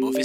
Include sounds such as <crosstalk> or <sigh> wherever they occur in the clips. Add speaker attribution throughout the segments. Speaker 1: Mauvais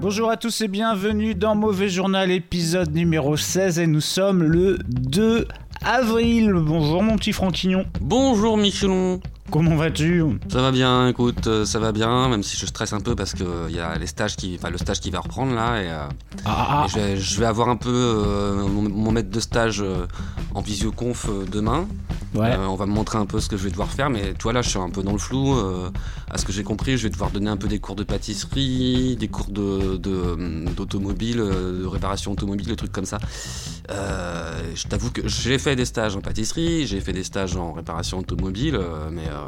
Speaker 2: Bonjour à tous et bienvenue dans Mauvais Journal, épisode numéro 16, et nous sommes le 2 avril. Bonjour mon petit Franquignon,
Speaker 3: Bonjour Michelon
Speaker 2: comment vas-tu
Speaker 3: Ça va bien, écoute, euh, ça va bien, même si je stresse un peu parce que euh, il y a les stages qui, enfin, le stage qui va reprendre là et, euh,
Speaker 2: Ah,
Speaker 3: et je, vais, je vais avoir un peu euh, mon, mon maître de stage euh, en visioconf euh, demain.
Speaker 2: ouais.
Speaker 3: Euh, on va me montrer un peu ce que je vais devoir faire, mais toi là je suis un peu dans le flou. euh, à ce que j'ai compris, je vais devoir donner un peu des cours de pâtisserie, des cours de de- d'automobile, euh, de réparation automobile, des trucs comme ça. Euh, je t'avoue que j'ai fait des stages en pâtisserie, j'ai fait des stages en réparation automobile, euh, mais euh,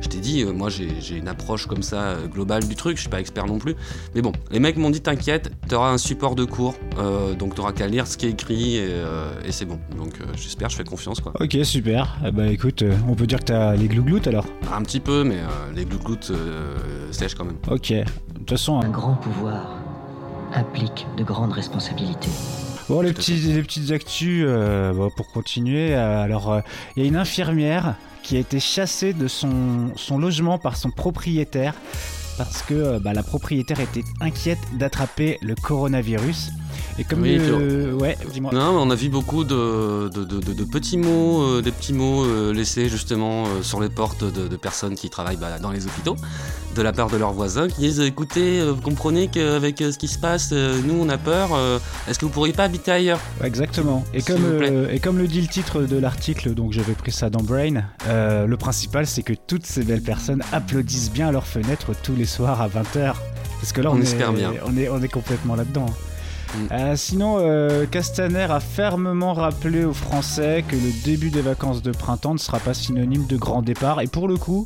Speaker 3: je t'ai dit, euh, moi j'ai j'ai une approche comme ça euh, globale du truc, je suis pas expert non plus. Mais bon, les mecs m'ont dit t'inquiète, t'auras un support de cours, euh, donc t'auras qu'à lire ce qui est écrit et, euh, et c'est bon. Donc euh, j'espère, je fais confiance quoi.
Speaker 2: Ok, super. Eh bah écoute, euh, on peut dire que t'as les glougloutes alors
Speaker 3: Un petit peu, mais euh, les glougloutes euh, sèchent quand même.
Speaker 2: Ok. De toute façon,
Speaker 4: Un
Speaker 2: hein.
Speaker 4: grand pouvoir implique de grandes responsabilités.
Speaker 2: bon, les,
Speaker 3: Tout à fait.
Speaker 2: petits, les petites actus euh, bon, pour continuer. euh, alors, euh, il y a une infirmière qui a été chassée de son, son logement par son propriétaire parce que euh, bah, la propriétaire était inquiète d'attraper le coronavirus. Et comme
Speaker 3: Oui,
Speaker 2: le... Ouais, dis-moi.
Speaker 3: Non, mais on a vu beaucoup de, de- de- de- de petits mots, euh, des petits mots euh, laissés justement euh, sur les portes de, de personnes qui travaillent bah, dans les hôpitaux, de la part de leurs voisins, qui disent écoutez, euh, vous comprenez qu'avec euh, ce qui se passe, euh, nous on a peur, euh, est-ce que vous pourriez pas habiter ailleurs
Speaker 2: Exactement. Et
Speaker 3: S'il
Speaker 2: comme,
Speaker 3: vous plaît.
Speaker 2: euh, et comme le dit le titre de l'article, donc j'avais pris ça dans Brain, euh, le principal c'est que toutes ces belles personnes applaudissent bien à leur fenêtre tous les soirs à 20h. Parce que là on,
Speaker 3: On
Speaker 2: est,
Speaker 3: espère bien.
Speaker 2: On, est, on est complètement là-dedans.
Speaker 3: Mm.
Speaker 2: Euh, sinon, euh, Castaner a fermement rappelé aux Français que le début des vacances de printemps ne sera pas synonyme de grand départ. Et pour le coup,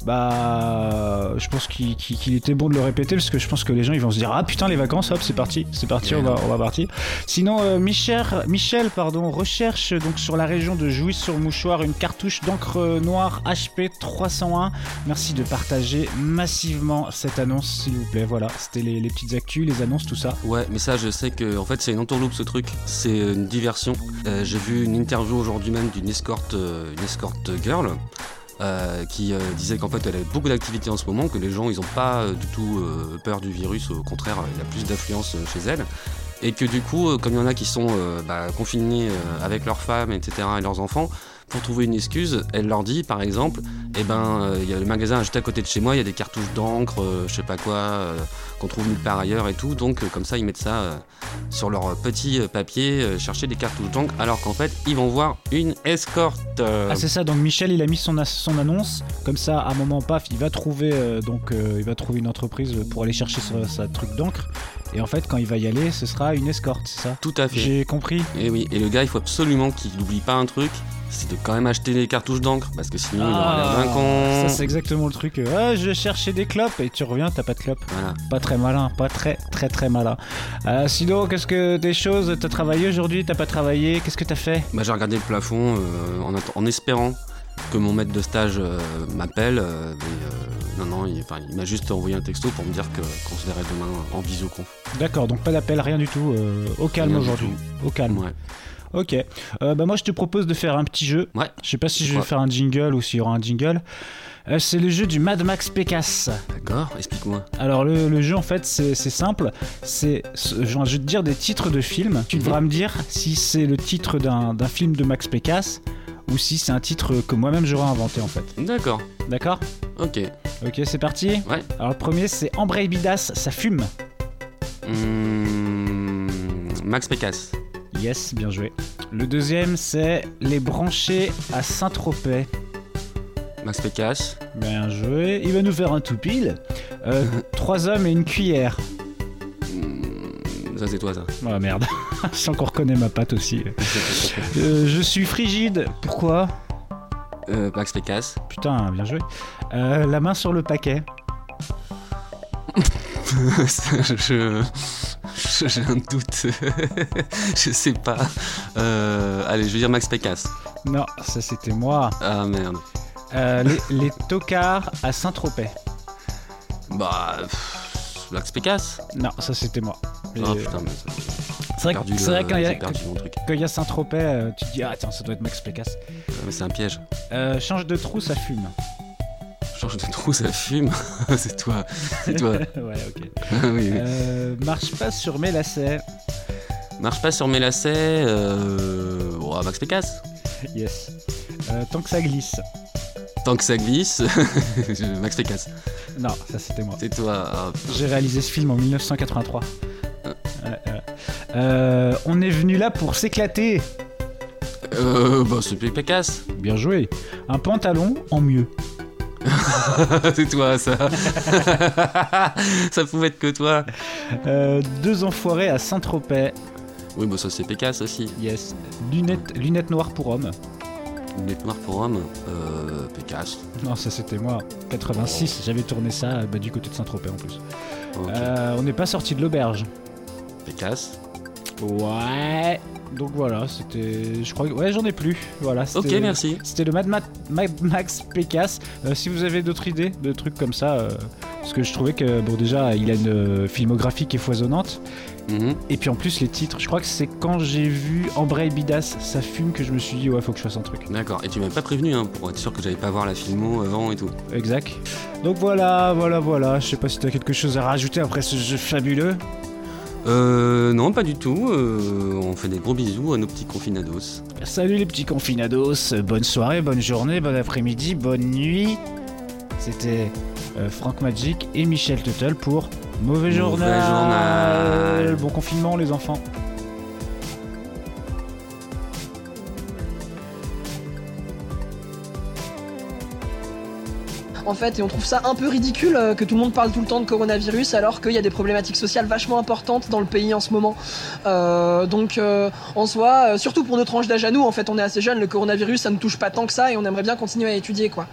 Speaker 2: bah, je pense qu'il qu'il- qu'il était bon de le répéter parce que je pense que les gens ils vont se dire ah putain les vacances, hop c'est parti, c'est parti,
Speaker 3: Ouais,
Speaker 2: on va,
Speaker 3: non.
Speaker 2: on va partir. Sinon, euh, Michel, Michel pardon, recherche donc sur la région de Jouy-sur-Mouchoir une cartouche d'encre euh, noire HP 301. Merci de partager massivement cette annonce, s'il vous plaît. Voilà, c'était les, les petites actus, les annonces, tout ça.
Speaker 3: Ouais, mais ça, je sais que en fait, c'est une entourloupe ce truc. C'est une diversion. Euh, J'ai vu une interview aujourd'hui même d'une escorte, euh, une escorte girl. euh, qui euh, disait qu'en fait elle avait beaucoup d'activités en ce moment, que les gens ils ont pas euh, du tout euh, peur du virus, au contraire euh, il y a plus d'affluence euh, chez elle, et que du coup euh, comme il y en a qui sont euh, bah, confinés euh, avec leurs femmes etc et leurs enfants, pour trouver une excuse, elle leur dit par exemple, eh ben euh, il y a le magasin juste à côté de chez moi, il y a des cartouches d'encre, euh, je sais pas quoi, euh, qu'on trouve nulle part ailleurs et tout. Donc euh, comme ça, ils mettent ça euh, sur leur petit euh, papier, euh, chercher des cartouches d'encre, alors qu'en fait, ils vont voir une escorte. euh.
Speaker 2: Ah c'est ça. Donc Michel, il a mis son, as- son annonce comme ça. À un moment paf, il va trouver euh, donc euh, il va trouver une entreprise pour aller chercher sa, sa truc d'encre. Et en fait, quand il va y aller, ce sera une escorte, c'est ça.
Speaker 3: tout à fait.
Speaker 2: J'ai compris.
Speaker 3: Et Eh oui, et le gars, il faut absolument qu'il n'oublie pas un truc, c'est de quand même acheter les cartouches d'encre, parce que sinon, il aura l'air d'un con.
Speaker 2: Ah, ça c'est exactement le truc. euh, Ah, je vais chercher des clopes et tu reviens, t'as pas de clopes.
Speaker 3: Voilà.
Speaker 2: Pas très malin, pas très très très malin. Euh, sinon, qu'est-ce que des choses T'as travaillé aujourd'hui T'as pas travaillé Qu'est-ce que t'as fait
Speaker 3: Bah, j'ai regardé le plafond euh, en, atten- en espérant que mon maître de stage euh, m'appelle. euh, mais euh, non, non, il, enfin, il m'a juste envoyé un texto pour me dire que qu'on se verrait demain en visioconf.
Speaker 2: D'accord, donc pas d'appel, rien du tout. euh, au calme
Speaker 3: Rien du
Speaker 2: aujourd'hui. Au calme.
Speaker 3: Ouais.
Speaker 2: Ok. Euh, bah moi, je te propose de faire un petit jeu.
Speaker 3: Ouais.
Speaker 2: Je sais pas si
Speaker 3: Je
Speaker 2: je vais
Speaker 3: crois.
Speaker 2: faire un jingle ou s'il y aura un jingle. Euh, c'est le jeu du Mad Max Pécasse.
Speaker 3: D'accord, explique-moi.
Speaker 2: Alors le, le jeu en fait c'est c'est simple, c'est ce- genre, je vais te dire des titres de films, tu devras me dire si c'est le titre d'un d'un film de Max Pécasse ou si c'est un titre que moi-même j'aurais inventé en fait.
Speaker 3: D'accord,
Speaker 2: D'accord
Speaker 3: ok.
Speaker 2: Ok c'est parti
Speaker 3: Ouais.
Speaker 2: Alors le premier c'est Ambray Bidas, ça fume.
Speaker 3: Mmh, Max Pécasse.
Speaker 2: Yes, bien joué. Le deuxième c'est Les branchés à Saint-Tropez.
Speaker 3: Max Pécasse.
Speaker 2: Bien joué. Il va nous faire un tout pile.
Speaker 3: <laughs>
Speaker 2: Euh, trois hommes et une cuillère.
Speaker 3: Mmh, ça, c'est
Speaker 2: <laughs>
Speaker 3: toi, ça.
Speaker 2: Oh merde. Sans qu'on reconnaît ma patte aussi. Euh, je suis frigide. Pourquoi
Speaker 3: Euh, Max Pécasse.
Speaker 2: Putain, bien joué. Euh, la main sur le paquet.
Speaker 3: <laughs> je, je- J'ai un doute. <laughs> je sais pas. Euh, allez, je vais dire Max Pécasse.
Speaker 2: Non, ça c'était moi.
Speaker 3: Ah merde.
Speaker 2: Euh, les, les tocards à Saint-Tropez.
Speaker 3: Bah. pff, Max Pécasse
Speaker 2: Non, ça c'était moi. J'ai-
Speaker 3: Ah putain, mais ça-
Speaker 2: euh, c'est vrai,
Speaker 3: j'ai perdu
Speaker 2: que- c'est
Speaker 3: le-
Speaker 2: vrai que quand il y a-
Speaker 3: j'ai perdu mon truc.
Speaker 2: quand il y a Saint-Tropez, euh, tu te dis, ah tiens, ça doit être Max Pécasse.
Speaker 3: Ah, mais c'est un piège.
Speaker 2: Euh, change de trou, ça fume. <laughs>
Speaker 3: Change de trou, ça fume. <laughs> c'est toi. C'est
Speaker 2: <laughs>
Speaker 3: toi.
Speaker 2: ouais, ok.
Speaker 3: Ah oui, oui.
Speaker 2: Euh, marche pas sur mes lacets.
Speaker 3: Marche pas sur mes lacets. Euh... oh, Max Pécasse.
Speaker 2: Yes. Euh, tant que ça glisse.
Speaker 3: Tant que ça glisse, <laughs> je- Max Pécasse.
Speaker 2: Non, ça c'était moi.
Speaker 3: C'est toi. Ah, putain.
Speaker 2: J'ai réalisé ce film en 1983. Ouais, ouais. Euh, on est venu là pour s'éclater.
Speaker 3: Euh, bah, c'est Pécasse.
Speaker 2: Bien joué. Un pantalon en mieux.
Speaker 3: <laughs> c'est toi, ça. ça pouvait être que toi.
Speaker 2: Euh, deux enfoirés à Saint-Tropez.
Speaker 3: Oui, bah, ça, c'est Pécasse aussi.
Speaker 2: Yes. Lunettes, lunettes noires pour hommes.
Speaker 3: Une lettre noire pour homme, euh, Pécasse.
Speaker 2: Non, ça c'était moi. 86, j'avais tourné ça bah, du côté de Saint-Tropez en plus.
Speaker 3: Ok,
Speaker 2: Euh, on n'est pas sorti de l'auberge.
Speaker 3: Pécasse.
Speaker 2: Ouais. Donc voilà, c'était. Je crois que. Ouais, j'en ai plus. Voilà.
Speaker 3: Ok,
Speaker 2: c'était-
Speaker 3: merci.
Speaker 2: C'était le Mad, Mat- Mad Max Pécasse. Euh, si vous avez d'autres idées de trucs comme ça, euh, parce que je trouvais que, bon, déjà, il a une euh, filmographie qui est foisonnante.
Speaker 3: Mhm.
Speaker 2: Et puis en plus, les titres, je crois que c'est quand j'ai vu Ambray Bidas, ça fume, que je me suis dit, ouais, faut que je fasse un truc.
Speaker 3: D'accord, et tu m'avais pas prévenu hein, pour être sûr que j'allais pas voir la filmo avant et tout.
Speaker 2: Exact. Donc voilà, voilà, voilà. Je sais pas si t'as quelque chose à rajouter après ce jeu fabuleux.
Speaker 3: Euh, non, pas du tout. euh, on fait des gros bisous à nos petits confinados.
Speaker 2: Salut les petits confinados, euh, bonne soirée, bonne journée, bon après-midi, bonne nuit. C'était euh, Franck Magic et Michel Tuttle pour Mauvais
Speaker 3: Mauvais
Speaker 2: Journal.
Speaker 3: Journal.
Speaker 2: Bon confinement les enfants.
Speaker 1: en fait, et on trouve ça un peu ridicule euh, que tout le monde parle tout le temps de coronavirus alors qu'il y a des problématiques sociales vachement importantes dans le pays en ce moment. Euh, donc, euh, en soi, euh, surtout pour nos tranches d'âge à nous, en fait, on est assez jeunes, le coronavirus, ça ne touche pas tant que ça et on aimerait bien continuer à étudier, quoi.